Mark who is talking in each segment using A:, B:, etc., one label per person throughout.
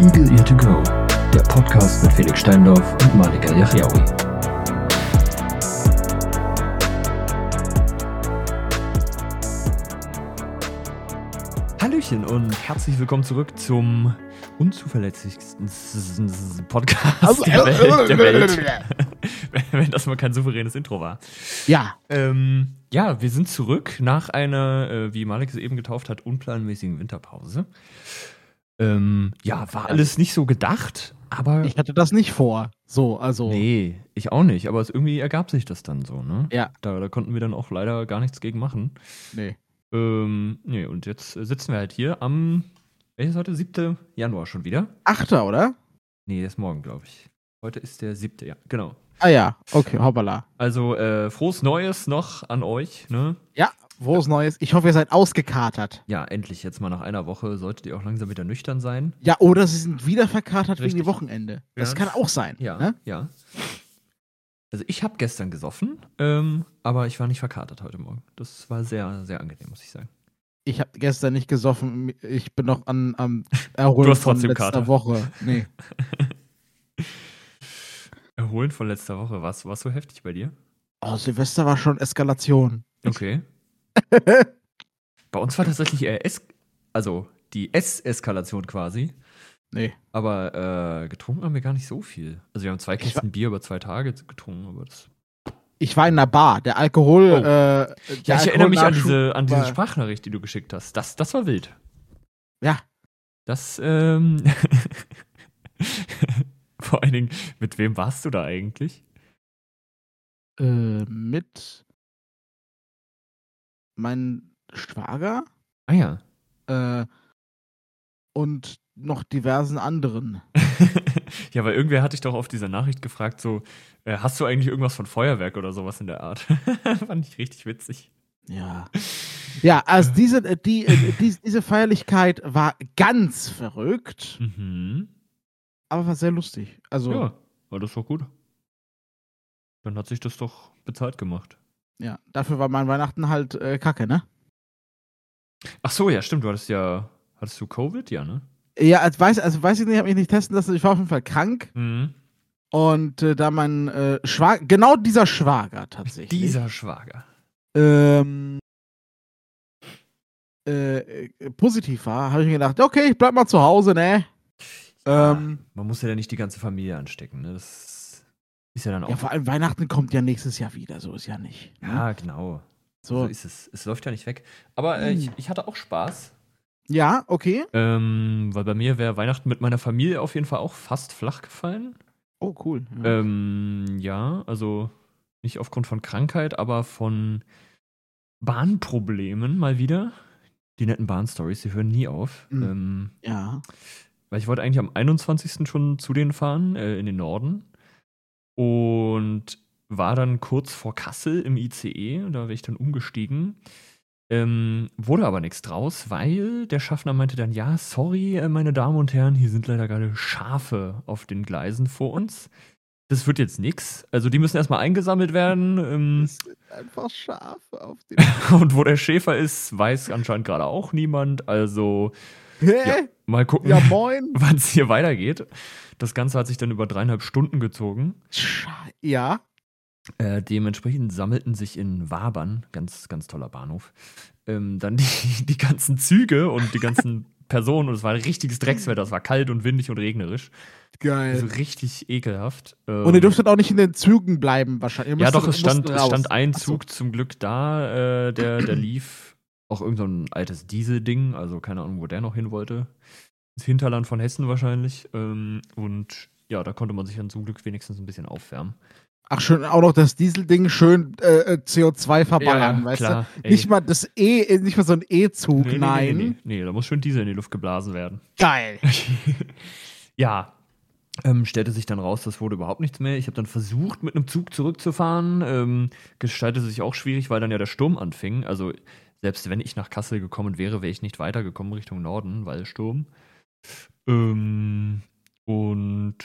A: Eagle Ear to Go, der Podcast mit Felix Steindorf und Malika Yachiaoui. Hallöchen und herzlich willkommen zurück zum unzuverlässigsten
B: Also,
A: Podcast
B: äh,
A: der Welt. Der Welt. Wenn das mal kein souveränes Intro war.
B: Ja,
A: Ähm, ja, wir sind zurück nach einer, äh, wie Malik es eben getauft hat, unplanmäßigen Winterpause. Ähm, ja, war alles nicht so gedacht, aber.
B: ich hatte das nicht vor. So, also.
A: nee, ich auch nicht, aber es irgendwie ergab sich das dann so, ne?
B: Ja.
A: Da, da konnten wir dann auch leider gar nichts gegen machen.
B: Nee.
A: Ähm, nee, und jetzt äh, sitzen wir halt hier am. Welches heute? 7. Januar schon wieder?
B: Achter, oder?
A: Nee, das ist morgen, glaube ich. Heute ist der 7. Ja, genau.
B: Ah ja, okay, hoppala.
A: Also, äh, frohes Neues noch an euch, ne?
B: Ja, frohes Neues. Ich hoffe, ihr seid ausgekatert.
A: Ja, endlich. Jetzt mal nach einer Woche solltet ihr auch langsam wieder nüchtern sein.
B: Ja, oder sie sind wieder verkatert
A: Richtig.
B: wegen dem Wochenende.
A: Ja,
B: Das kann
A: das-
B: auch sein.
A: Ja,
B: Ne?
A: ja. Also ich habe gestern gesoffen, ähm, aber ich war nicht verkatert heute Morgen. Das war sehr, sehr angenehm, muss ich sagen.
B: Ich habe gestern nicht gesoffen. Ich bin noch an, am Erholen
A: Du hast
B: von
A: trotzdem
B: letzter
A: Kater.
B: Woche. Nee.
A: Erholen von letzter Woche, was war's so heftig bei dir?
B: Oh, Silvester war schon Eskalation.
A: Okay. bei uns war tatsächlich eher es also die Esseskalation quasi,
B: Nee.
A: aber äh, getrunken haben wir gar nicht so viel. Also wir haben zwei
B: Ich
A: Kästen Bier über zwei Tage getrunken, aber das.
B: Ich war in einer Bar. Der Alkohol.
A: Oh.
B: Äh, der
A: Ja, ich erinnere mich an
B: Alkoholnachschub
A: diese, an diese
B: war-
A: Sprachnachricht, die du geschickt hast. Das, das war wild.
B: Ja.
A: Das, ähm. Vor allen Dingen, mit wem warst du da eigentlich?
B: Äh, mit meinem Schwager.
A: Ah ja.
B: äh, und noch diversen anderen.
A: ja, weil irgendwer hatte ich doch auf dieser Nachricht gefragt, so, äh, hast du eigentlich irgendwas von Feuerwerk oder sowas in der Art? Fand ich richtig witzig.
B: Ja. Ja, also diese, äh, die, äh, die, diese Feierlichkeit war ganz verrückt,
A: Mhm.
B: aber war sehr lustig. Also, ja,
A: Ja, war das doch gut. Dann hat sich das doch bezahlt gemacht.
B: dafür war mein Weihnachten halt äh, kacke, ne?
A: Ach so, ja, stimmt, du hattest ja. Hattest du Covid? Ja, ne?
B: Ja, als weiß, also weiß ich nicht, ich habe mich nicht testen lassen, ich war auf jeden Fall krank.
A: Mhm.
B: Und äh, da mein äh, Schwager, genau dieser Schwager tatsächlich.
A: Dieser Schwager.
B: ähm, äh, äh, positiv war, habe ich mir gedacht, okay, ich bleib mal zu Hause, ne?
A: Ja.
B: Ähm,
A: Man muss ja dann nicht die ganze Familie anstecken, ne? Das ist ja dann auch.
B: Ja, vor allem Weihnachten kommt ja nächstes Jahr wieder, so ist ja nicht. ne?
A: Genau. ja genau. So.
B: so.
A: ist es. Es läuft ja nicht weg. Aber äh, ich, ich hatte auch Spaß.
B: ja okay.
A: Ähm, weil bei mir wäre Weihnachten mit meiner Familie auf jeden Fall auch fast flach gefallen.
B: Oh, cool. Ja.
A: Ähm, ja, also nicht aufgrund von Krankheit, aber von Bahnproblemen mal wieder. Die netten Bahnstories, die hören nie auf.
B: Mhm.
A: Ähm,
B: ja.
A: weil ich wollte eigentlich am 21. schon zu denen fahren, äh, in den Norden. Und war dann kurz vor Kassel im ICE, da wäre ich dann umgestiegen. Ähm, wurde aber nichts draus, weil der Schaffner meinte dann, ja, sorry, äh, meine Damen und Herren, hier sind leider gerade Schafe auf den Gleisen vor uns. Das wird jetzt nichts. Also die müssen erstmal eingesammelt werden. Ähm,
B: Einfach scharf auf den.
A: und wo der Schäfer ist, weiß anscheinend gerade auch niemand. Also
B: Hä?
A: mal gucken
B: Ja, moin.
A: wann es hier weitergeht. Das Ganze hat sich dann über dreieinhalb Stunden gezogen.
B: Scha- Ja.
A: Äh, dementsprechend sammelten sich in Wabern, ganz, ganz toller Bahnhof, ähm, dann die, die ganzen Züge und die ganzen Personen. Und es war ein richtiges Dreckswetter. Es war kalt und windig und regnerisch. Also
B: Geil.
A: richtig ekelhaft. Ähm,
B: Äh. Und ihr dürftet auch nicht in den Zügen bleiben, wahrscheinlich. Ihr
A: Ja,
B: müsstet-
A: doch, es
B: mussten
A: stand, es
B: raus.
A: stand ein
B: Ach so.
A: Zug zum Glück da, äh, der, der lief. Auch irgend so ein altes Diesel-Ding, also keine Ahnung, wo der noch hin wollte. Ins Hinterland von Hessen wahrscheinlich. Ähm, und ja, da konnte man sich dann zum Glück wenigstens ein bisschen aufwärmen.
B: Ach, schön, auch noch das Dieselding schön äh, äh, CO2 verballern, weißt
A: klar.
B: du? Nicht mal das E, äh, nicht mal so ein E-Zug,
A: nee,
B: nein.
A: Nee, nee, nee. nee, da muss schön Diesel in die Luft geblasen werden.
B: Geil.
A: ja. Ähm, stellte sich dann raus, das wurde überhaupt nichts mehr. Ich habe dann versucht, mit einem Zug zurückzufahren. Ähm, gestaltete sich auch schwierig, weil dann ja der Sturm anfing. Also, selbst wenn ich nach Kassel gekommen wäre, wäre ich nicht weitergekommen Richtung Norden, weil Sturm. Ähm, und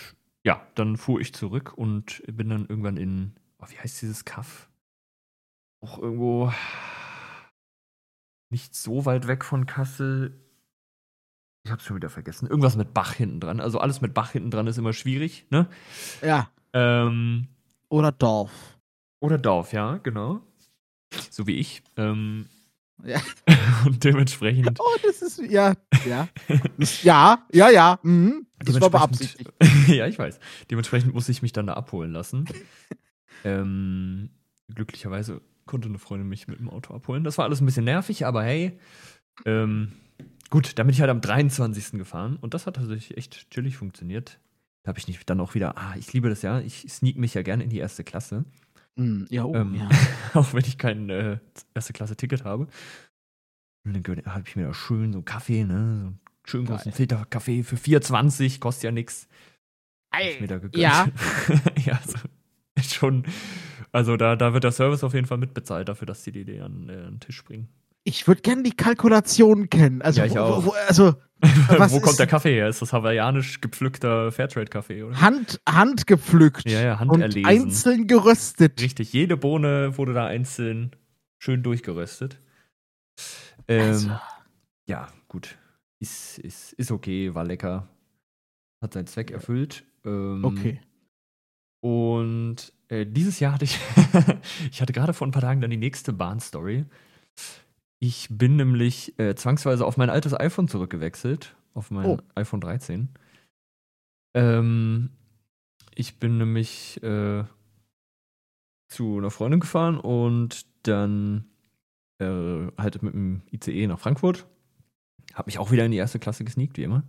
A: ja, dann fuhr ich zurück und bin dann irgendwann in, oh, wie heißt dieses Kaff? Auch irgendwo nicht so weit weg von Kassel. Ich hab's schon wieder vergessen. Irgendwas mit Bach hinten dran. Also alles mit Bach hinten dran ist immer schwierig, ne?
B: Ja.
A: Ähm,
B: Oder Dorf.
A: oder Dorf, ja, genau. So wie ich. Ähm,
B: Ja.
A: und dementsprechend.
B: Oh, das ist. Ja, ja. ja, ja, ja. Mhm. Das war
A: Dementsprechend-
B: beabsichtigt.
A: ja, ich weiß. Dementsprechend muss ich mich dann da abholen lassen. ähm, glücklicherweise konnte eine Freundin mich mit dem Auto abholen. Das war alles ein bisschen nervig, aber hey. Ähm, gut, da bin ich halt am 23. gefahren und das hat tatsächlich echt chillig funktioniert. Da habe ich nicht dann auch wieder, ah, ich liebe das ja, ich sneak mich ja gerne in die erste Klasse,
B: Mhm. Ja, oh,
A: Ähm,
B: ja.
A: auch wenn ich kein äh, erste Klasse Ticket habe. Und dann habe ich mir da schön so einen Kaffee, ne, so einen schönen großen Filterkaffee für 4,20, kostet ja nichts. Hab ich mir da gegönnt.
B: Ja.
A: ja, also, schon. Also da, da wird der Service auf jeden Fall mitbezahlt dafür, dass die die Idee an äh, den Tisch bringen.
B: Ich würde gerne die Kalkulation kennen. Also,
A: Ja, ich
B: wo-
A: auch.
B: Wo, wo, also Was
A: Wo kommt
B: ist-
A: der Kaffee her? Ist das hawaiianisch gepflückter Fairtrade-Kaffee, oder?
B: Hand, handgepflückt
A: Ja, ja,
B: und
A: handerlesen.
B: einzeln geröstet.
A: Richtig, jede Bohne wurde da einzeln schön durchgeröstet. Ähm,
B: Also.
A: Ja, gut. Ist, ist, ist okay, war lecker. Hat seinen Zweck erfüllt. Ähm,
B: Okay.
A: Und äh, dieses Jahr hatte ich, ich hatte gerade vor ein paar Tagen dann die nächste Bahnstory. Ich bin nämlich äh, zwangsweise auf mein altes iPhone zurückgewechselt, auf mein
B: Oh.
A: iPhone 13. Ähm, ich bin nämlich äh, zu einer Freundin gefahren und dann äh, halt mit dem ICE nach Frankfurt. Hab mich auch wieder in die erste Klasse gesneakt, wie immer.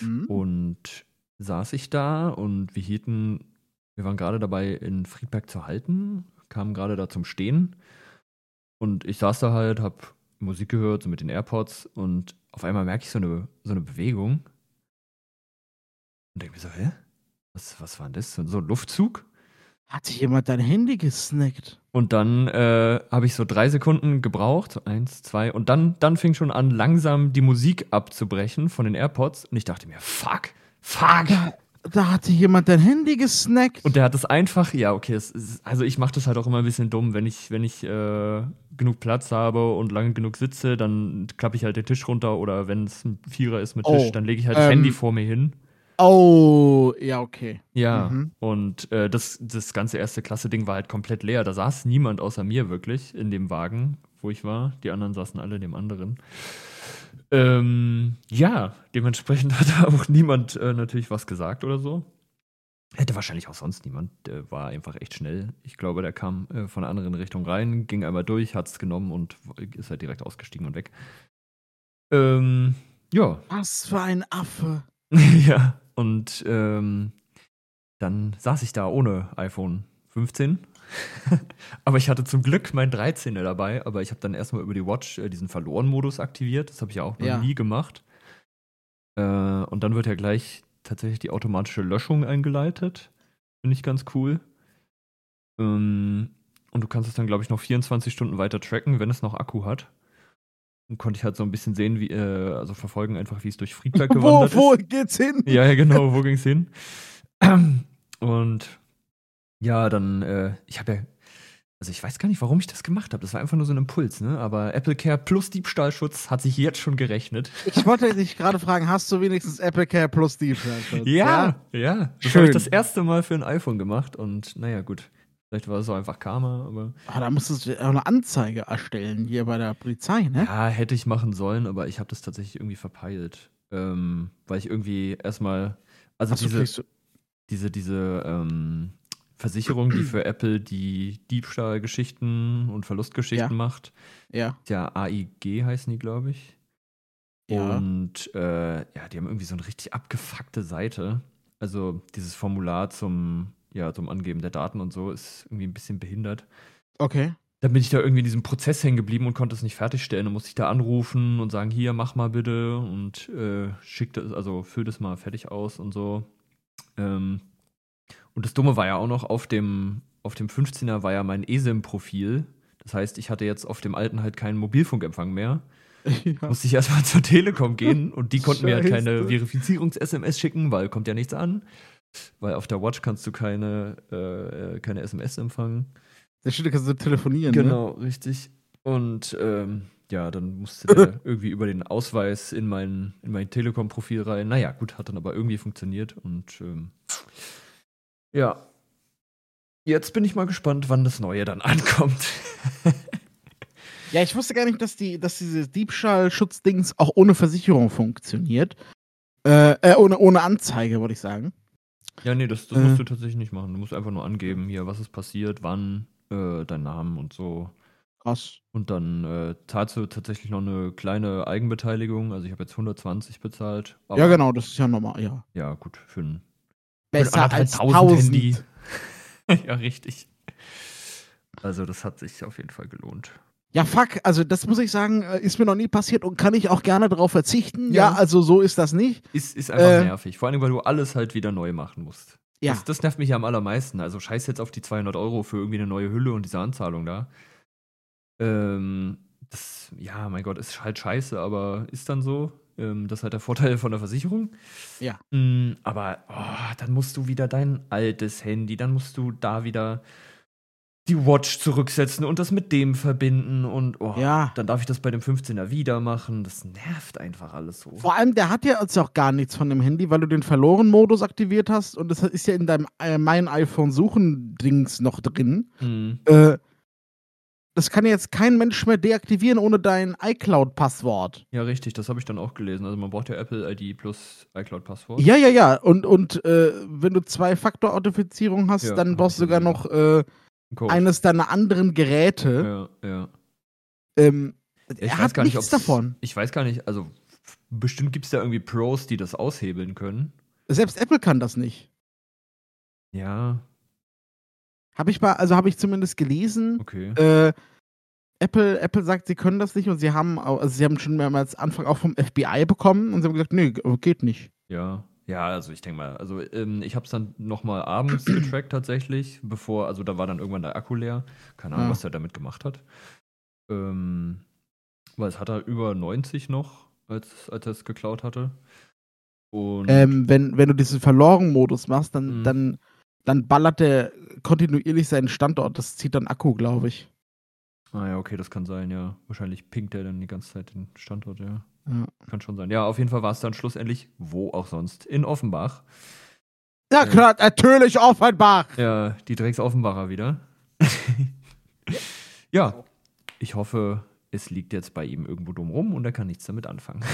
B: Mhm.
A: Oh. Und saß ich da und wir hielten, wir waren gerade dabei, in Friedberg zu halten, kamen gerade da zum Stehen. Und ich saß da halt, hab Musik gehört, so mit den AirPods und auf einmal merke ich so eine, so eine Bewegung. Und denke mir so, hä? Was, was war denn das? So ein Luftzug?
B: Hat sich jemand dein Handy gesnackt?
A: Und dann äh, habe ich so drei Sekunden gebraucht, so eins, zwei, und dann, dann fing schon an, langsam die Musik abzubrechen von den AirPods. Und ich dachte mir, fuck, fuck,
B: Da, da hatte jemand dein Handy gesnackt.
A: Und der hat es einfach, ja, okay, es ist, also ich mache das halt auch immer ein bisschen dumm, wenn ich, wenn ich äh, genug Platz habe und lange genug sitze, dann klappe ich halt den Tisch runter oder wenn es ein Vierer ist mit
B: Oh,
A: Tisch, dann lege ich halt das
B: ähm,
A: Handy vor mir hin.
B: oh, ja, okay.
A: Ja,
B: Mhm.
A: und äh, das, das ganze erste Klasse-Ding war halt komplett leer. Da saß niemand außer mir wirklich in dem Wagen, wo ich war. Die anderen saßen alle in dem anderen. Ähm, ja, dementsprechend hat auch niemand äh, natürlich was gesagt oder so. Hätte wahrscheinlich auch sonst niemand. Der war einfach echt schnell. Ich glaube, der kam äh, von der anderen Richtung rein, ging einmal durch, hat's genommen und ist halt direkt ausgestiegen und weg. Ähm, ja,
B: Was für ein Affe.
A: ja, und ähm, dann saß ich da ohne iPhone 15. aber ich hatte zum Glück mein 13er dabei, aber ich habe dann erstmal über die Watch äh, diesen Verloren-Modus aktiviert. Das habe ich ja auch noch
B: Ja.
A: nie gemacht. Äh, und dann wird ja gleich tatsächlich die automatische Löschung eingeleitet. Finde ich ganz cool. Ähm, und du kannst es dann, glaube ich, noch 24 Stunden weiter tracken, wenn es noch Akku hat. Und konnte ich halt so ein bisschen sehen, wie, äh, also verfolgen einfach, wie es durch Friedberg
B: Wo,
A: gewandert ist.
B: wo geht's hin?
A: Ja, ja, genau, wo ging's hin? Und ja, dann, äh, ich habe ja, also ich weiß gar nicht, warum ich das gemacht habe. Das war einfach nur so ein Impuls, ne? Aber AppleCare plus Diebstahlschutz hat sich jetzt schon gerechnet.
B: Ich wollte dich gerade fragen, hast du wenigstens Apple Care plus Deepfried?
A: ja. Das habe
B: Schön.
A: ich das erste Mal für ein iPhone gemacht und naja, gut. Vielleicht war es auch einfach Karma, aber.
B: Ah, da musstest du auch eine Anzeige erstellen hier bei der Polizei, ne?
A: Ja, hätte ich machen sollen, aber ich habe das tatsächlich irgendwie verpeilt. Ähm, weil ich irgendwie erstmal. Also
B: Ach so,
A: diese,
B: kriegst du-
A: diese, diese ähm, Versicherung, die für Apple die Diebstahlgeschichten und Verlustgeschichten
B: Ja.
A: macht.
B: ja.
A: Ja, AIG heißen die, glaube ich.
B: ja.
A: Und äh, ja, die haben irgendwie so eine richtig abgefuckte Seite. Also dieses Formular zum, ja, zum Angeben der Daten und so ist irgendwie ein bisschen behindert.
B: Okay.
A: Dann bin ich da irgendwie in diesem Prozess hängen geblieben und konnte es nicht fertigstellen und musste ich da anrufen und sagen, hier, mach mal bitte und äh, schick das, also füll das mal fertig aus und so. Ähm, und das Dumme war ja auch noch, auf dem, auf dem 15er war ja mein E ESIM-Profil. Das heißt, ich hatte jetzt auf dem alten halt keinen Mobilfunkempfang mehr.
B: ja.
A: Musste ich erstmal zur Telekom gehen und die konnten mir halt keine
B: Scheiße.
A: Verifizierungs-SMS schicken, weil kommt ja nichts an. Weil auf der Watch kannst du keine, äh, äh, keine SMS empfangen.
B: Der Schüler kannst du telefonieren, ne?
A: Genau, richtig. Genau, Und ähm, ja, dann musste der irgendwie über den Ausweis in mein, in mein Telekom-Profil rein. Naja, gut, hat dann aber irgendwie funktioniert und ähm, ja. Jetzt bin ich mal gespannt, wann das Neue dann ankommt.
B: Ja, ich wusste gar nicht, dass, die, dass dieses Diebstahlschutzdings auch ohne Versicherung funktioniert. Äh, äh, ohne, ohne Anzeige, würde ich sagen.
A: ja, nee, das, das
B: Äh.
A: musst du tatsächlich nicht machen. Du musst einfach nur angeben, hier, was ist passiert, wann, äh, dein Name und so.
B: Krass.
A: Und dann äh, tat sie tatsächlich noch eine kleine Eigenbeteiligung. Also ich habe jetzt 120 bezahlt. aber-
B: Ja, genau, das ist ja normal, ja.
A: Ja, gut, für ein für ein
B: Besser als
A: 1.500
B: 1000.
A: Handy. ja, richtig. Also das hat sich auf jeden Fall gelohnt.
B: Ja, fuck, also das muss ich sagen, äh, ist mir noch nie passiert und kann ich auch gerne darauf verzichten.
A: Ja.
B: Ja, also so ist das nicht.
A: Ist, ist einfach
B: Äh.
A: nervig. Vor allem, weil du alles halt wieder neu machen musst.
B: Ja.
A: Das, das nervt mich ja am allermeisten. Also scheiß jetzt auf die 200 Euro für irgendwie eine neue Hülle und diese Anzahlung da. Ähm, das, ja, mein Gott, ist halt scheiße, aber ist dann so. Ähm, das ist halt der Vorteil von der Versicherung.
B: Ja.
A: Mm, aber oh, dann musst du wieder dein altes Handy, dann musst du da wieder die Watch zurücksetzen und das mit dem verbinden und oh,
B: Ja.
A: dann darf ich das bei dem 15er wieder machen. Das nervt einfach alles so.
B: Vor allem, der hat ja jetzt auch gar nichts von dem Handy, weil du den Verloren-Modus aktiviert hast und das ist ja in deinem äh, Mein iPhone-Suchen-Dings noch drin.
A: Mm.
B: Äh, das kann jetzt kein Mensch mehr deaktivieren ohne dein iCloud-Passwort.
A: Ja, richtig, das habe ich dann auch gelesen. Also man braucht ja Apple ID plus iCloud-Passwort.
B: Ja, ja, ja. Und, und äh, wenn du Zwei-Faktor-Authentifizierung hast,
A: Ja,
B: dann
A: hab
B: brauchst
A: ich
B: du sogar
A: gesehen.
B: noch äh,
A: Ein Code.
B: eines deiner anderen Geräte.
A: ja, ja.
B: Ähm,
A: Ich
B: ne? er
A: weiß
B: hat
A: gar nicht,
B: nichts
A: ob's-
B: davon.
A: Ich weiß gar nicht, also f- bestimmt gibt es da irgendwie Pros, die das aushebeln können.
B: Selbst Apple kann das nicht.
A: Ja,
B: Habe ich mal, also habe ich zumindest gelesen.
A: okay.
B: Äh, Apple, Apple sagt, sie können das nicht und sie haben, au- also sie haben schon mehrmals Anfang auch vom FBI bekommen und sie haben gesagt, nee, g- geht nicht.
A: Ja. Ja, also ich denke mal, also ähm, ich habe es dann nochmal abends getrackt tatsächlich, bevor, also da war dann irgendwann der Akku leer. Keine Ahnung,
B: Ja.
A: was er damit gemacht hat. Ähm, weil es hat er über 90 noch, als, als er es geklaut hatte. Und
B: Ähm, wenn, wenn du diesen Verloren-Modus machst, dann,
A: Mhm.
B: dann, dann ballert der kontinuierlich seinen Standort. Das zieht dann Akku, glaube ich.
A: Ah ja, okay, das kann sein, ja. Wahrscheinlich pinkt er dann die ganze Zeit den Standort, ja.
B: Ja.
A: Kann schon sein. Ja, auf jeden Fall war es dann schlussendlich, wo auch sonst, in Offenbach.
B: Ja,
A: Ja.
B: klar, natürlich, Offenbach.
A: Ja, die Drecks Offenbacher wieder. ja, ich hoffe, es liegt jetzt bei ihm irgendwo dumm rum und er kann nichts damit anfangen.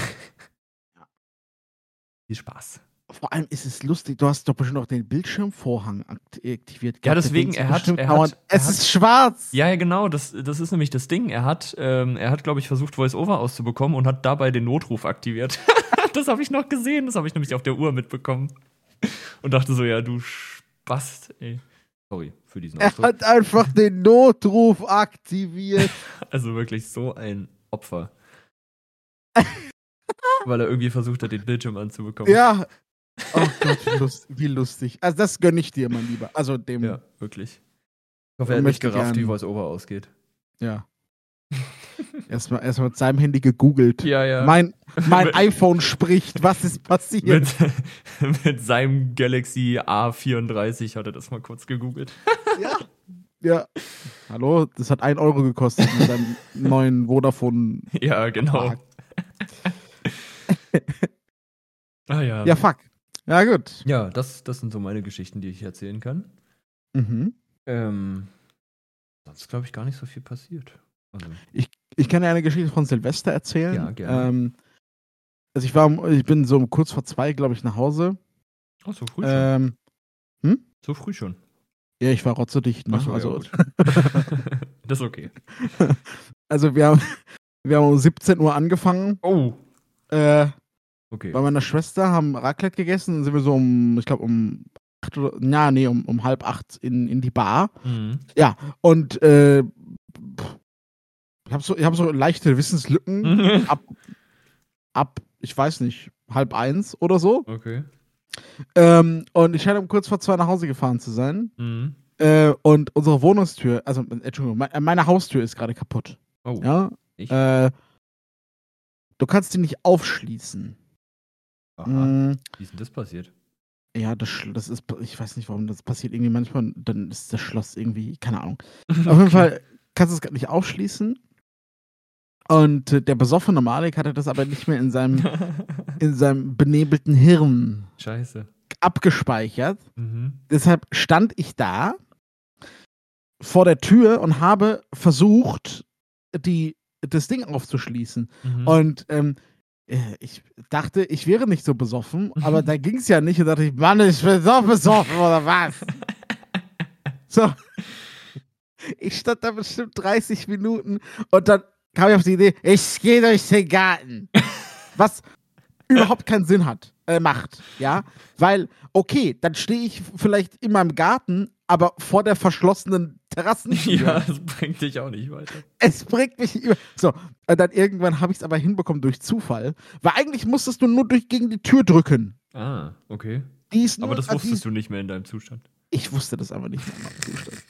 A: Viel Spaß.
B: Vor allem ist es lustig, du hast doch bestimmt auch den Bildschirmvorhang akt- aktiviert.
A: Ja,
B: gehabt,
A: deswegen,
B: deswegen
A: er hat-
B: bestimmt
A: er
B: dauernd-
A: hat- er
B: Es
A: hat-
B: ist schwarz.
A: Ja, ja, genau, das, das ist nämlich das Ding. Er hat, ähm, er hat glaube ich, versucht, Voice-Over auszubekommen und hat dabei den Notruf aktiviert. das habe ich noch gesehen, das habe ich nämlich auf der Uhr mitbekommen. Und dachte so, ja, du Spast, ey. Sorry für diesen
B: Er
A: Ausdruck.
B: hat einfach den Notruf aktiviert.
A: Also wirklich so ein Opfer. Weil er irgendwie versucht hat, den Bildschirm anzubekommen.
B: ja. Oh Gott, wie lustig, wie lustig. Also das gönne ich dir, mein Lieber. Also dem, ja.
A: Ja, wirklich. Ich hoffe, er hat nicht
B: Dann möchte ich
A: gerafft, wie
B: gern-
A: Voice-Over ausgeht.
B: Erstmal erst mit seinem Handy gegoogelt.
A: Ja, ja.
B: Mein, mein
A: Mit-
B: iPhone spricht, was ist passiert?
A: mit, mit seinem Galaxy A34 hat er das mal kurz gegoogelt.
B: Ja. ja. Hallo, das hat 1 Euro gekostet mit seinem neuen Vodafone.
A: Ja, genau. ah ja.
B: Ja, fuck. Ja, gut.
A: Ja, das, das sind so meine Geschichten, die ich erzählen kann.
B: Mhm.
A: Ähm, sonst glaube ich gar nicht so viel passiert. Also,
B: Ich kann dir eine Geschichte von Silvester erzählen.
A: Ja, gerne.
B: Ähm, also ich war, um- ich bin so um kurz vor zwei, glaube ich, nach Hause.
A: oh, so früh schon.
B: Ähm,
A: So früh schon.
B: ja, ich war rotzedicht. Ne?
A: Ach so,
B: also,
A: ja, gut. das ist okay.
B: also wir haben, wir haben um 17 Uhr angefangen.
A: Oh.
B: Äh,
A: Okay.
B: bei meiner Schwester haben Raclette gegessen. Dann sind wir so um, ich glaube, um acht oder, na, nee, um, um halb acht in, in die Bar.
A: Mhm.
B: Und äh, pff, ich habe so, ich hab so leichte Wissenslücken.
A: Hm?
B: ab, ab, ich weiß nicht, halb eins oder so.
A: okay.
B: Ähm, und ich scheine um kurz vor zwei nach Hause gefahren zu sein.
A: Mhm.
B: Äh, und unsere Wohnungstür, also äh, Entschuldigung, me- äh, meine Haustür ist gerade kaputt.
A: Oh.
B: Ja.
A: Echt?
B: Äh, du kannst die nicht aufschließen.
A: Aha.
B: Mm,
A: Wie ist denn das passiert?
B: ja, das, Schl- das ist, ich weiß nicht, warum das passiert. Irgendwie manchmal, dann ist das Schloss irgendwie, keine Ahnung. Auf jeden Fall kannst du es gerade nicht aufschließen. Und äh, der besoffene Malik hatte das aber nicht mehr in seinem, in seinem benebelten Hirn
A: Scheiße.
B: abgespeichert.
A: Mhm.
B: Deshalb stand ich da vor der Tür und habe versucht, die, das Ding aufzuschließen.
A: Mhm.
B: Und ähm, äh, ich dachte, ich wäre nicht so besoffen,
A: Mhm.
B: aber da ging es ja nicht. Und dachte ich, Mann, ich bin so besoffen oder was? so. Ich stand da bestimmt 30 Minuten und dann kam ich auf die Idee, ich gehe durch den Garten. Was überhaupt keinen Sinn hat, äh, macht, ja. Weil, okay, dann stehe ich vielleicht in meinem Garten, aber vor der verschlossenen Terrassentür
A: ja, das bringt dich auch nicht weiter.
B: es bringt mich über. So, und dann irgendwann habe ich es aber hinbekommen durch Zufall. Weil eigentlich musstest du nur durch gegen die Tür drücken.
A: Ah, okay.
B: Die ist nur,
A: Aber das
B: äh,
A: wusstest
B: die,
A: du nicht mehr in deinem Zustand.
B: Ich wusste das aber nicht. mehr in meinem Zustand.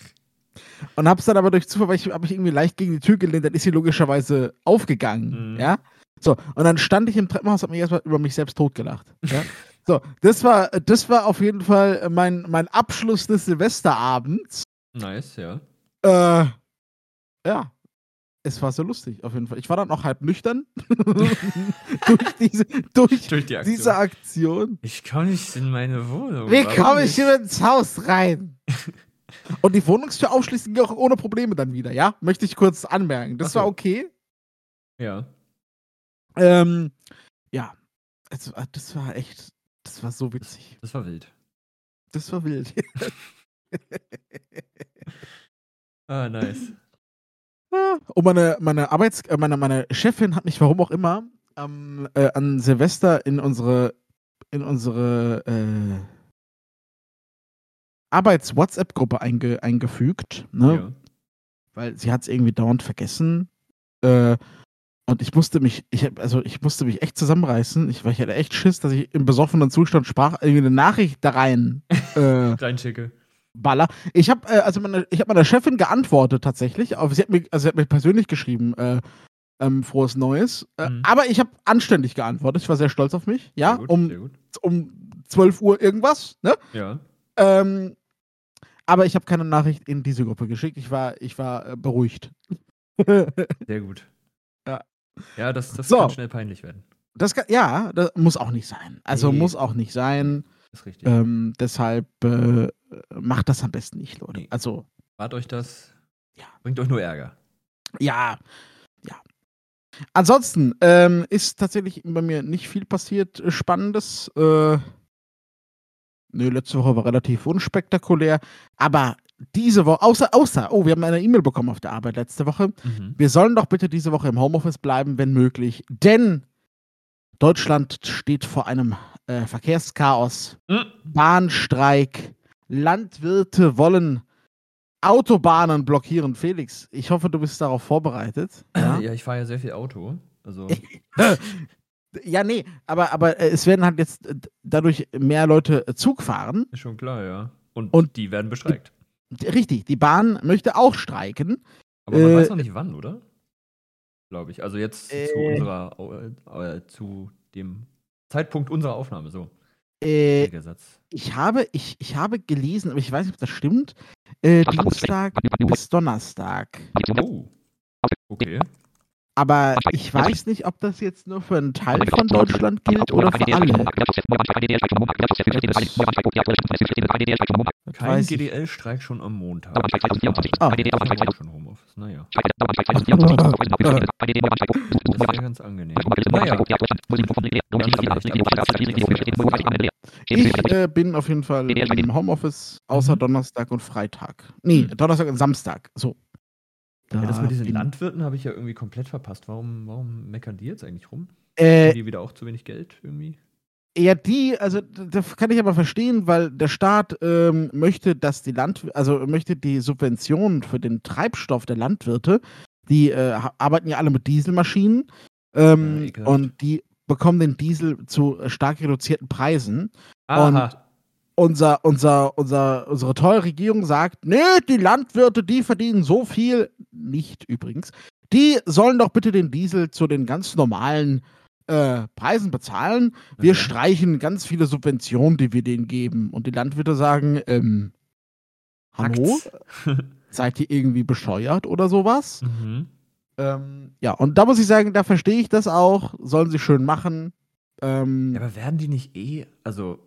B: Und hab's dann aber durch Zufall, weil ich habe ich irgendwie leicht gegen die Tür gelehnt, dann ist sie logischerweise aufgegangen.
A: Mhm.
B: Ja. So, und dann stand ich im Treppenhaus und habe mich erstmal über mich selbst totgelacht. Ja? so, das war, das war auf jeden Fall mein, mein Abschluss des Silvesterabends.
A: Nice, ja.
B: Äh, ja. Es war so lustig, auf jeden Fall. Ich war dann auch halb nüchtern durch, diese, durch
A: Durch die Aktion. Oh
B: diese Aktion.
A: ich kann nicht in meine Wohnung.
B: Wie
A: Warum
B: komme ich
A: nicht?
B: hier ins Haus rein? Und die Wohnungstür aufschließen ging auch ohne Probleme dann wieder, ja? Möchte ich kurz anmerken. Das
A: Ach so.
B: war okay.
A: Ja.
B: Ähm, ja. Es, war- das war echt, das war so witzig.
A: Das war wild.
B: Das war wild.
A: Ah, nice.
B: Ja, Und meine, meine Arbeits-, äh, meine, meine Chefin hat mich, warum auch immer, am, äh, an Silvester in unsere, in unsere äh, Arbeits-WhatsApp-Gruppe einge, eingefügt, ne?
A: Oh Ja.
B: weil sie hat es irgendwie dauernd vergessen. Äh, und ich musste mich, ich hab, also ich musste mich echt zusammenreißen, ich, weil ich hatte echt Schiss, dass ich im besoffenen Zustand sprach, irgendwie eine Nachricht da rein. Äh,
A: Reinschicke.
B: Baller. Ich habe äh, also meine, ich habe meiner Chefin geantwortet tatsächlich. Auf, sie hat mir, also sie hat mir persönlich geschrieben, äh, ähm, frohes Neues. Äh,
A: Mhm.
B: Aber ich habe anständig geantwortet. Ich war sehr stolz auf mich. Ja,
A: Sehr gut,
B: um
A: Sehr gut.
B: um 12 Uhr irgendwas. Ne?
A: Ja.
B: Ähm, aber ich habe keine Nachricht in diese Gruppe geschickt. Ich war ich war äh, beruhigt.
A: Sehr gut.
B: Ja.
A: Ja, das, das
B: So.
A: kann schnell peinlich werden.
B: Das kann, ja, das muss auch nicht sein. Also
A: Nee.
B: muss auch nicht sein.
A: Das ist richtig.
B: Ähm, deshalb äh, macht das am besten nicht, Leute.
A: Nee.
B: Also
A: Wart euch das.
B: Ja.
A: Bringt euch nur Ärger.
B: Ja, ja. Ansonsten ähm, ist tatsächlich bei mir nicht viel passiert äh, Spannendes. Äh, nö, letzte Woche war relativ unspektakulär. Aber diese Woche, außer, außer, oh, wir haben eine E-Mail bekommen auf der Arbeit letzte Woche.
A: Mhm.
B: Wir sollen doch bitte diese Woche im Homeoffice bleiben, wenn möglich. Denn Deutschland steht vor einem äh, Verkehrschaos.
A: Mhm.
B: Bahnstreik. Landwirte wollen Autobahnen blockieren. Felix, ich hoffe, du bist darauf vorbereitet.
A: Ja,
B: Ja,
A: ich fahre ja sehr viel Auto. Also,
B: ja nee, aber, aber äh, es werden halt jetzt äh, dadurch mehr Leute äh, Zug fahren.
A: ist schon klar, ja. Und,
B: Und-
A: die werden bestreikt.
B: D- Richtig, die Bahn möchte auch streiken.
A: Aber man
B: äh,
A: weiß noch nicht wann, oder? Glaube ich. Also jetzt zu
B: äh,
A: unserer Au- äh, äh, zu dem Zeitpunkt unserer Aufnahme, so.
B: Äh,
A: Der Satz.
B: ich, habe, ich, ich habe gelesen, aber ich weiß nicht, ob das stimmt. Äh, Dienstag bis Donnerstag.
A: Oh. Okay.
B: Aber ich weiß nicht, ob das jetzt nur für einen Teil von Deutschland gilt oder für alle.
A: Kein
B: weiß ich.
A: GDL-Streik schon am Montag.
C: Aber bei 2024.
A: Ah,
C: Ah.
A: das ist morgen schon Homeoffice. Naja. Das wäre ganz angenehm. Naja.
B: Ich äh, bin auf jeden Fall
C: DDR
B: im Homeoffice, außer
A: Mhm.
B: Donnerstag und Freitag. Nee,
A: Mhm.
B: Donnerstag und Samstag. So.
A: Ja, das mit diesen
B: bin-
A: Landwirten habe ich ja irgendwie komplett verpasst. Warum, warum meckern die jetzt eigentlich rum? Haben
B: Äh,
A: die wieder auch zu wenig Geld irgendwie?
B: ja, die, also d- das kann ich aber verstehen, weil der Staat ähm, möchte, dass die Land, also möchte die Subventionen für den Treibstoff der Landwirte, die äh, ha- arbeiten ja alle mit Dieselmaschinen
A: Ja,
B: ähm,
A: ekelhaft.
B: und die bekommen den Diesel zu äh, stark reduzierten Preisen.
A: Aha.
B: unser, unser, unser, unsere tolle Regierung sagt, nee, die Landwirte, die verdienen so viel, nicht übrigens, die sollen doch bitte den Diesel zu den ganz normalen äh, Preisen bezahlen. Wir
A: Okay.
B: streichen ganz viele Subventionen, die wir denen geben. Und die Landwirte sagen, ähm, hallo,
A: Hackt's.
B: seid ihr irgendwie bescheuert oder sowas?
A: mhm.
B: Ähm, ja, und da muss ich sagen, da verstehe ich das auch. Sollen sie schön machen. Ähm,
A: Ja, aber werden die nicht eh, also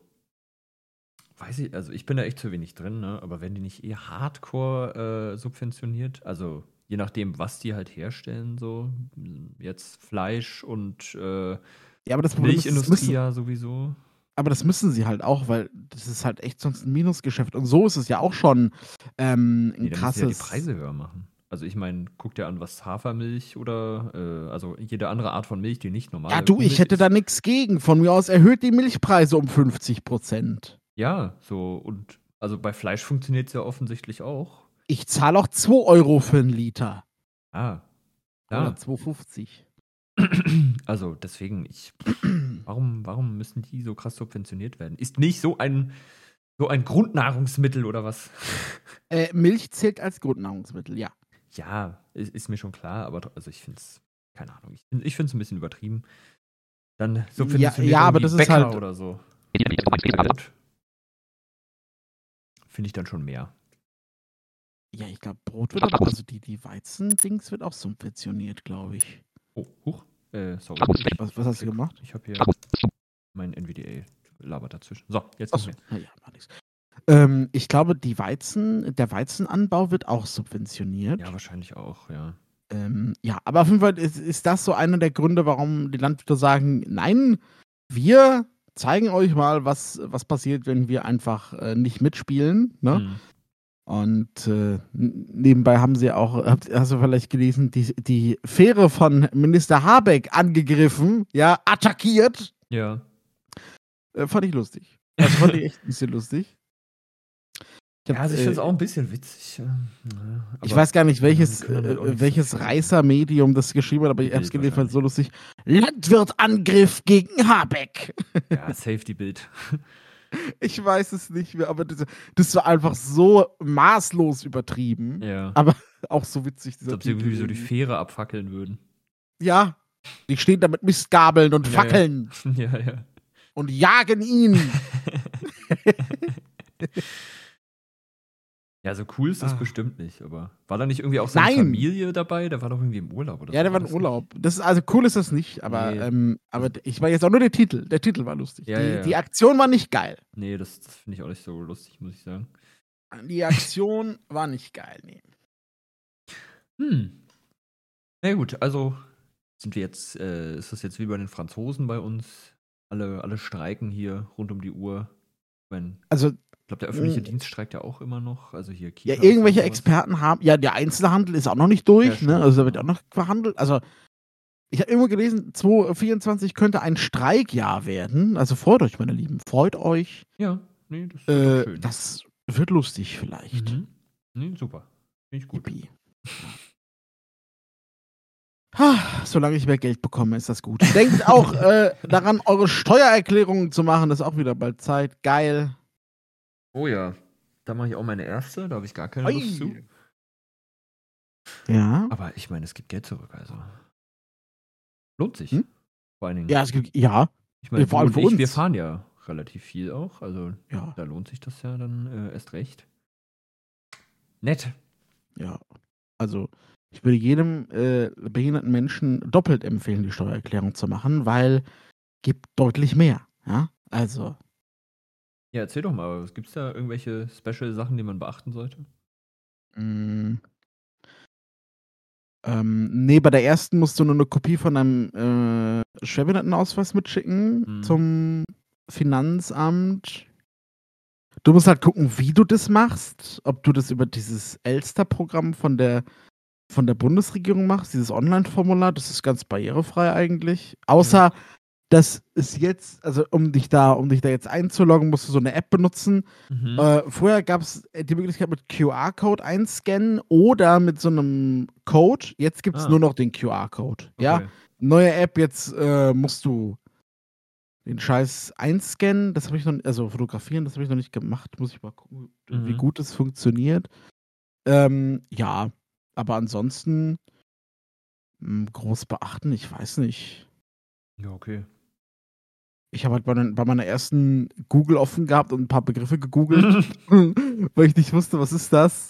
A: weiß ich, also ich bin da echt zu wenig drin, ne? Aber werden die nicht eh hardcore äh, subventioniert? Also je nachdem, was die halt herstellen, so jetzt Fleisch und äh,
B: ja, aber das Problem ist, das
A: Milchindustrie
B: müssen,
A: ja sowieso.
B: aber das müssen sie halt auch, weil das ist halt echt sonst ein Minusgeschäft. Und so ist es ja auch schon ähm, ein
A: Nee, dann müssen die
B: krasses.
A: ja die Preise höher machen. Also ich meine, guck dir an, was Hafermilch oder äh, also jede andere Art von Milch, die nicht normal
B: ja, du, ich hätte da nichts gegen. Von mir aus erhöht die Milchpreise um 50 Prozent.
A: Ja, so und also bei Fleisch funktioniert es ja offensichtlich auch.
B: Ich zahle auch 2 Euro für einen Liter.
A: Ah.
B: Oder
A: Ja.
B: 2,50.
A: Also deswegen, ich. Warum, warum müssen die so krass subventioniert werden? Ist nicht so ein, so ein Grundnahrungsmittel oder was?
B: Äh, Milch zählt als Grundnahrungsmittel, ja.
A: Ja, ist, ist mir schon klar, aber tr- also ich finde es, keine Ahnung, ich, find- ich finde es ein bisschen übertrieben. Dann subventioniert
B: ja, aber
A: irgendwie
B: das ist
A: Bäcker
B: halt-
A: oder so. Iya. Finde ich dann schon mehr.
B: Ja, ich glaube, Brot wird auch, also die, die Weizen-Dings wird auch subventioniert, glaube ich.
A: Oh, huch. Äh, sorry.
B: Was, was hast du gemacht?
A: Ich habe hier mein NVDA labert dazwischen. So, jetzt
B: Achso,
A: nicht mehr.
B: naja, mach nichts. Ähm, ich glaube, die Weizen, der Weizenanbau wird auch subventioniert.
A: Ja, wahrscheinlich auch, ja.
B: Ähm, ja, aber auf jeden Fall ist, ist das so einer der Gründe, warum die Landwirte sagen, nein, wir zeigen euch mal, was, was passiert, wenn wir einfach äh, nicht mitspielen. Ne?
A: Hm.
B: Und äh, n- nebenbei haben sie auch, habt- hast du vielleicht gelesen, die, die Fähre von Minister Habeck angegriffen, ja, attackiert.
A: Ja.
B: Äh, fand ich lustig. Also fand ich echt ein bisschen lustig. Ich hab,
A: Ja, also ich finde es
B: äh,
A: auch ein bisschen witzig. ähm, ne,
B: Ich
A: aber-
B: weiß gar nicht, welches,
A: Ja, die können damit auch
B: äh,
A: nichts
B: welches
A: anfangen.
B: Reißermedium das geschrieben hat, aber ich
A: Die
B: habe es
A: Bild
B: gelesen, fand es so lustig. Landwirtangriff gegen Habeck.
A: Ja, Safety-Bild.
B: Ich weiß es nicht mehr, aber das, das war einfach so maßlos übertrieben.
A: Ja.
B: Auch so witzig.
A: Als
B: Dieser
A: ob sie
B: Titel
A: irgendwie so die
B: irgendwie.
A: Fähre abfackeln würden.
B: Ja. Die stehen da mit Mistgabeln und
A: Ja,
B: Fackeln
A: ja, ja.
B: und jagen ihn.
A: Ja, so cool ist das
B: Ah.
A: bestimmt nicht, aber. War da nicht irgendwie auch seine
B: Nein.
A: Familie dabei? Der war doch irgendwie im Urlaub oder so.
B: ja, der war
A: das
B: in
A: nicht?
B: Urlaub. Das ist, also cool ist das nicht, aber,
A: Nee.
B: ähm, aber d- ich war jetzt auch nur der Titel. Der Titel war lustig.
A: Ja,
B: die,
A: ja, ja.
B: die Aktion war nicht geil.
A: Nee, das, das finde ich auch nicht so lustig, muss ich sagen.
B: Die Aktion war nicht geil. Nee.
A: Hm. Na gut, also sind wir jetzt, äh, ist das jetzt wie bei den Franzosen bei uns? Alle, alle streiken hier rund um die Uhr. Ich meine,
B: Also
A: ich glaube, der öffentliche
B: Mm.
A: Dienst streikt ja auch immer noch. Also hier Kita
B: Ja,
A: und
B: irgendwelche
A: sowas.
B: Experten haben, ja, der Einzelhandel ist auch noch nicht durch,
A: Ja,
B: ne?
A: stimmt,
B: Also da wird
A: ja.
B: auch noch verhandelt. Also ich habe irgendwo gelesen, 2024 könnte ein Streikjahr werden. Also freut euch, meine Lieben, freut euch.
A: Ja, nee, das ist doch
B: Äh,
A: schön.
B: das wird lustig vielleicht.
A: Mhm. Nee, super. Finde ich gut.
B: Yippie. Ha, solange ich mehr Geld bekomme, ist das gut. Denkt auch äh, daran, eure Steuererklärungen zu machen. Das ist auch wieder bald Zeit. Geil.
A: Oh ja. Da mache ich auch meine erste, da habe ich gar keine
B: Oi.
A: Lust zu.
B: Ja.
A: Aber ich meine, es gibt Geld zurück, also. Lohnt sich.
B: Hm?
A: Vor allen Dingen.
B: Ja, es gibt, ja,
A: ich meine,
B: vor
A: du
B: allem
A: und
B: für
A: ich, wir
B: uns.
A: fahren ja relativ viel auch. Also
B: ja,
A: da lohnt sich das ja dann äh, erst recht. Nett.
B: Ja, also ich würde jedem äh, behinderten Menschen doppelt empfehlen, die Steuererklärung zu machen, weil gibt deutlich mehr. Ja, also
A: Ja, erzähl doch mal, gibt es da irgendwelche Special Sachen, die man beachten sollte?
B: mh, Mm. ähm, nee, bei der ersten musst du nur eine Kopie von deinem äh, Schwerbehindertenausweis mitschicken
A: Mhm.
B: zum Finanzamt. Du musst halt gucken, wie du das machst, ob du das über dieses Elster-Programm von der von der Bundesregierung machst, dieses Online-Formular, das ist ganz barrierefrei eigentlich. Außer, das ist jetzt, also um dich da, um dich da jetzt einzuloggen, musst du so eine App benutzen.
A: Mhm.
B: Äh, vorher gab es die Möglichkeit mit QR-Code einscannen oder mit so einem Code. Jetzt gibt es
A: Ah.
B: nur noch den QR-Code. Ja,
A: Okay.
B: neue App, jetzt äh, musst du den Scheiß einscannen. Das habe ich noch, also fotografieren, das habe ich noch nicht gemacht. Muss ich mal gucken, wie
A: Mhm.
B: gut es funktioniert. Ähm, ja, aber ansonsten mh, groß beachten, ich weiß nicht.
A: Ja, okay.
B: Ich habe halt bei, den- bei meiner ersten Google offen gehabt und ein paar Begriffe gegoogelt, weil ich nicht wusste, was ist das.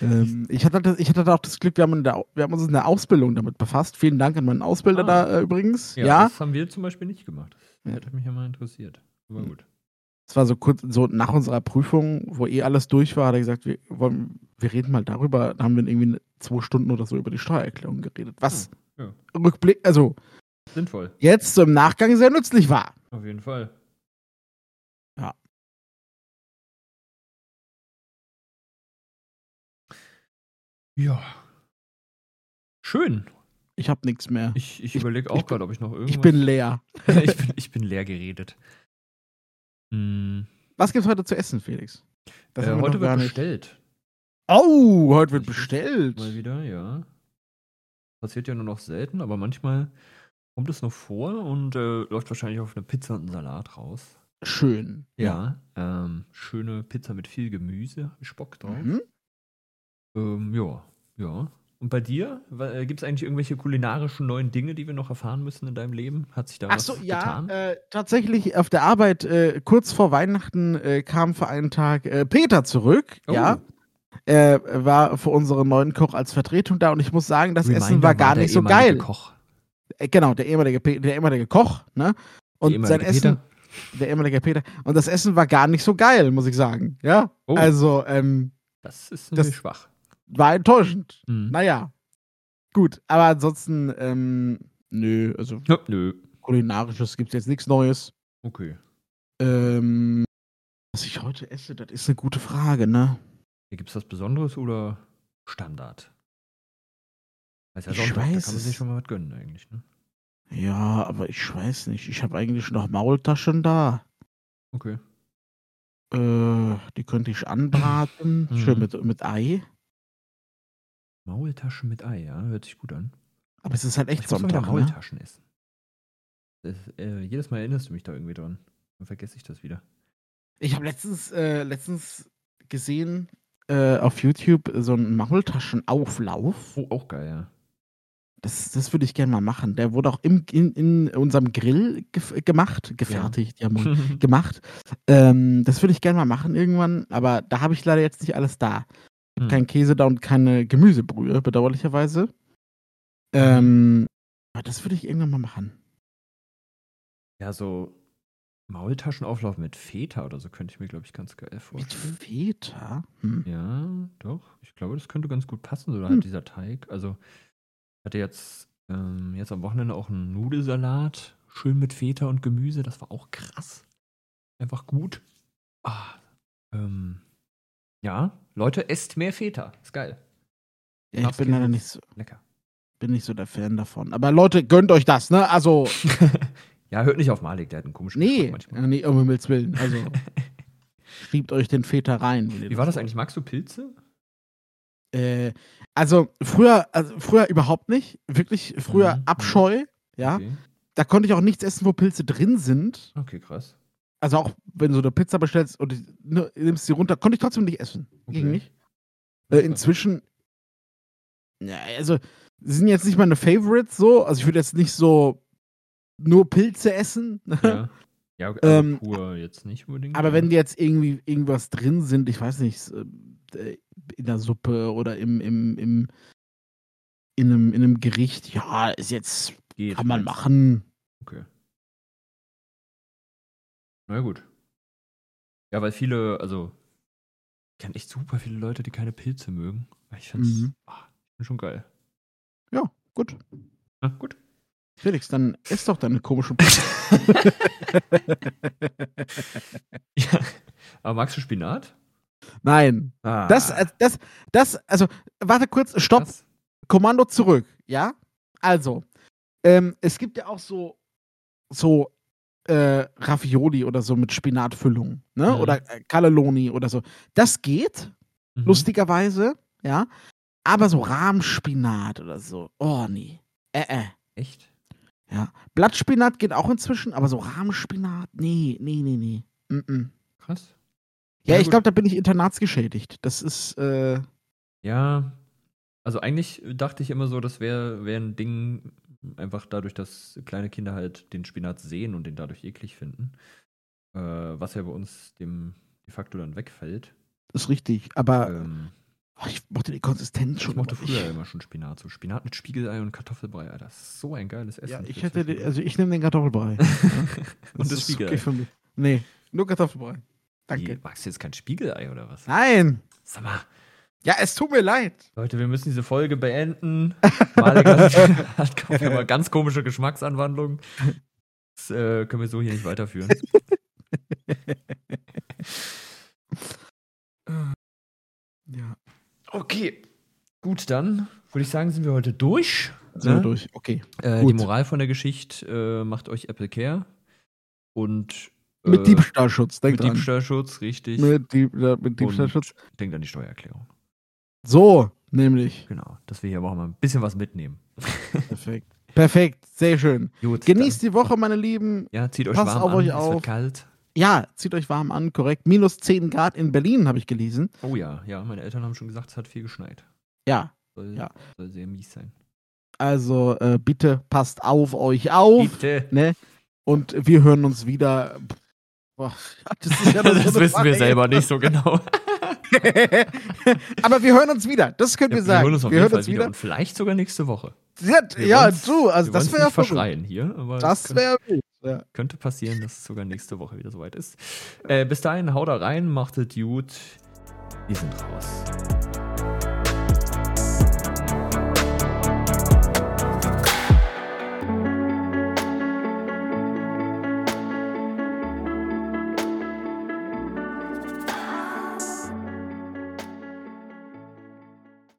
B: Ähm, ich, hatte, das- ich hatte da auch das Glück, wir haben, in der, Au- wir haben uns in der Ausbildung damit befasst. Vielen Dank an meinen Ausbilder
A: Ah.
B: da äh, übrigens. Ja,
A: Das haben wir zum Beispiel nicht gemacht. Das
B: Ja.
A: hätte mich ja mal interessiert. Aber
B: Hm.
A: gut.
B: es war so kurz, so nach unserer Prüfung, wo eh alles durch war, hat er gesagt, wir, wollen, wir reden mal darüber. Da haben wir irgendwie zwei Stunden oder so über die Steuererklärung geredet. Was
A: Ja.
B: Rückblick, also
A: Sinnvoll.
B: jetzt so im Nachgang sehr nützlich war.
A: Auf jeden Fall.
B: Ja.
A: Ja. Schön.
B: Ich habe nichts mehr.
A: Ich, ich,
B: Ich-
A: überlege
B: ich
A: auch
B: bin-
A: gerade, ob ich noch irgendwas.
B: Ich bin leer.
A: ich, bin, ich bin leer geredet. Hm,
B: Was gibt's heute zu essen, Felix?
A: äh,
B: haben wir
A: heute
B: noch gar
A: wird
B: nicht.
A: bestellt.
B: Oh, heute wird
A: Ich muss
B: bestellt.
A: Mal wieder, ja. Passiert ja nur noch selten, aber manchmal kommt es noch vor und äh, läuft wahrscheinlich auf eine Pizza und einen Salat raus.
B: Schön.
A: Ja. Ähm, schöne Pizza mit viel Gemüse, Spock drauf.
B: Mhm.
A: Ähm, ja, ja. Und bei dir? Gibt es eigentlich irgendwelche kulinarischen neuen Dinge, die wir noch erfahren müssen in deinem Leben? Hat sich da
B: Ach
A: was
B: so, ja,
A: getan?
B: äh, tatsächlich auf der Arbeit äh, kurz vor Weihnachten äh, kam für einen Tag äh, Peter zurück.
A: Oh.
B: Ja, er war für unseren neuen Koch als Vertretung da und ich muss sagen, das Essen
A: Reminder
B: war gar
A: der
B: nicht so
A: ehemalige
B: geil.
A: Koch,
B: Äh, genau, der ehemalige, Pe- der ehemalige Koch,
A: der
B: ne? Und sein
A: ehemalige
B: Essen,
A: Peter.
B: der ehemalige Peter. Und das Essen war gar nicht so geil, muss ich sagen. Ja,
A: Oh.
B: also ähm,
A: Das ist
B: das-
A: natürlich schwach.
B: war enttäuschend.
A: Mhm.
B: Naja, gut, aber ansonsten, ähm, nö, also
A: Ja, nö.
B: kulinarisches gibt es jetzt nichts Neues.
A: Okay.
B: Ähm, was ich heute esse, das ist eine gute Frage, ne?
A: Gibt es was Besonderes oder Standard? Ist
B: Ich
A: Sonntag, da
B: weiß
A: kann man sich
B: es.
A: schon mal was gönnen eigentlich. Ne?
B: Ja, aber ich weiß nicht. Ich habe eigentlich noch Maultaschen da.
A: Okay.
B: Äh, die könnte ich anbraten.
A: Mhm.
B: Schön mit, mit Ei.
A: Maultaschen mit Ei, ja, hört sich gut an.
B: Aber es ist halt echt
A: ich muss mal wieder
B: Sonntag. Ne?
A: Maultaschen essen. Das, äh, jedes Mal erinnerst du mich da irgendwie dran. Dann vergesse ich das wieder.
B: Ich habe letztens, äh, letztens gesehen äh, auf YouTube so einen Maultaschenauflauf.
A: Oh, auch geil, ja.
B: Das, das würde ich gerne mal machen. Der wurde auch im, in, in unserem Grill gef gemacht, gefertigt, ja, ja gemacht. Ähm, das würde ich gerne mal machen irgendwann, aber da habe ich leider jetzt nicht alles da.
A: Hm.
B: Kein Käse da und keine Gemüsebrühe, bedauerlicherweise. Ähm, aber das würde ich irgendwann mal machen.
A: Ja, so Maultaschenauflauf mit Feta oder so könnte ich mir, glaube ich, ganz geil
B: Mit
A: vorstellen.
B: Feta? Hm.
A: Ja, doch. Ich glaube, das könnte ganz gut passen, so
B: Hm.
A: halt dieser Teig. Also, ich hatte jetzt, ähm, jetzt am Wochenende auch einen Nudelsalat, schön mit Feta und Gemüse. Das war auch krass. Einfach gut. Ah, ähm, ja, Leute, esst mehr Feta. Ist geil.
B: Ja, ich bin leider nicht so,
A: Lecker.
B: bin nicht so der Fan davon. Aber Leute, gönnt euch das, ne? Also,
A: ja, hört nicht auf Malik, der hat einen komischen
B: nee,
A: Geschmack manchmal.
B: nee, um Himmels Willen. Also, schiebt euch den Feta rein. wenn ihr
A: Wie war das
B: wollt.
A: eigentlich? Magst du Pilze?
B: Äh, also, früher, also, früher überhaupt nicht. Wirklich, früher
A: Mhm, mhm.
B: Abscheu, ja.
A: Okay,
B: da konnte ich auch nichts essen, wo Pilze drin sind.
A: okay krass.
B: Also auch wenn du eine Pizza bestellst und die- ne, nimmst sie runter, konnte ich trotzdem nicht essen.
A: Okay.
B: Ging nicht. Äh, inzwischen, ja, also sie sind jetzt nicht meine Favorites so. Also ich würde jetzt nicht so nur Pilze essen. ne?
A: Ja, ja also
B: Ähm,
A: pur jetzt nicht unbedingt.
B: Aber
A: ja.
B: wenn die jetzt irgendwie irgendwas drin sind, ich weiß nicht, äh, in der Suppe oder im, im, im in einem, in einem Gericht, ja, ist jetzt,
A: Geht, halt.
B: kann man
A: meinst
B: machen.
A: du? Okay. Na gut. Ja, weil viele, also, ich kenne echt super viele Leute, die keine Pilze mögen. Ich find's
B: Mhm.
A: ah, ich find schon geil.
B: Ja, gut.
A: Na gut.
B: Felix, dann ess doch deine komische
A: ja. Aber magst du Spinat?
B: Nein.
A: Ah,
B: Das, äh, das, das, also, warte kurz, stopp,
A: das-
B: Kommando zurück, ja? Also, ähm, es gibt ja auch so, so, äh, Ravioli oder so mit Spinatfüllung, ne?
A: Mhm.
B: Oder äh, Cannelloni oder so. Das geht,
A: Mhm.
B: lustigerweise, ja? Aber so Rahmspinat oder so, oh nee. Äh, äh.
A: Echt?
B: Blattspinat geht auch inzwischen, aber so Rahmspinat, nee, nee, nee, nee. Mm -mm.
A: Krass.
B: Ja,
A: Ja,
B: ich
A: gut.
B: glaube, da bin ich internatsgeschädigt. Das ist, äh,
A: Ja, also eigentlich dachte ich immer so, das wäre wär ein Ding, einfach dadurch, dass kleine Kinder halt den Spinat sehen und den dadurch eklig finden. Äh, was ja bei uns dem de facto dann wegfällt.
B: ist richtig. Aber
A: Ähm,
B: Oh, ich mochte die Konsistenz schon.
A: Ich mochte
B: aber
A: früher immer schon Spinat. So Spinat mit Spiegelei und Kartoffelbrei. Alter, das ist so ein geiles Essen.
B: Ja, ich
A: Wird's
B: hätte,
A: richtig
B: den,
A: gut.
B: also ich nehme den Kartoffelbrei. Ja,
A: Und das
B: ist
A: Spiegelei.
B: Okay für mich. Nee, nur Kartoffelbrei.
A: Wie,
B: Danke.
A: magst du jetzt kein Spiegelei oder was?
B: Nein!
A: Sag mal,
B: Ja, es tut mir leid.
A: Leute, wir müssen diese Folge beenden. Malik hat, hat immer ganz komische Geschmacksanwandlungen. Das äh, können wir so hier nicht weiterführen.
B: Ja,
A: Okay. Gut, dann würde ich sagen, sind wir heute durch.
B: sind wir
A: Ne?
B: durch. Okay.
A: Äh,
B: Gut.
A: die Moral von der Geschichte äh, macht euch Apple Care. Und äh,
B: Mit Diebstahlschutz, denk
A: mit
B: dran.
A: Diebstahlschutz, richtig.
B: mit, Dieb ja, mit Diebstahlschutz.
A: Und denkt an die Steuererklärung.
B: So, nämlich.
A: Genau, dass wir hier aber auch mal ein bisschen was mitnehmen.
B: Perfekt. Perfekt, sehr schön.
A: Gut,
B: Genießt die Woche, meine Lieben.
A: Dann, ja, zieht euch
B: Passt
A: warm
B: auf
A: an,
B: euch
A: es
B: auf.
A: wird kalt.
B: Ja, zieht euch warm an, korrekt. Minus 10 Grad in Berlin, habe ich gelesen.
A: Oh ja, ja, meine Eltern haben schon gesagt, es hat viel geschneit.
B: Ja,
A: Soll,
B: Ja.
A: soll sehr mies sein.
B: also äh, bitte passt auf euch auf.
A: Bitte.
B: ne? Und wir hören uns wieder. Boah, das ist ja nur so
A: Das
B: eine
A: wissen wir
B: Frage.
A: selber nicht so genau.
B: Aber wir hören uns wieder. Das können wir sagen.
A: hören uns auf jeden Fall wieder. und vielleicht sogar nächste Woche.
B: Ja,
A: Wir
B: ja
A: wollen's-
B: du, also
A: wir wollen's
B: das wäre ja
A: nicht
B: verrückt.
A: verschreien hier, aber es
B: Das
A: könnte,
B: wäre wild. Ja.
A: könnte passieren, dass es sogar nächste Woche wieder soweit ist. Äh, bis dahin, hau da rein, macht es gut. Wir sind raus.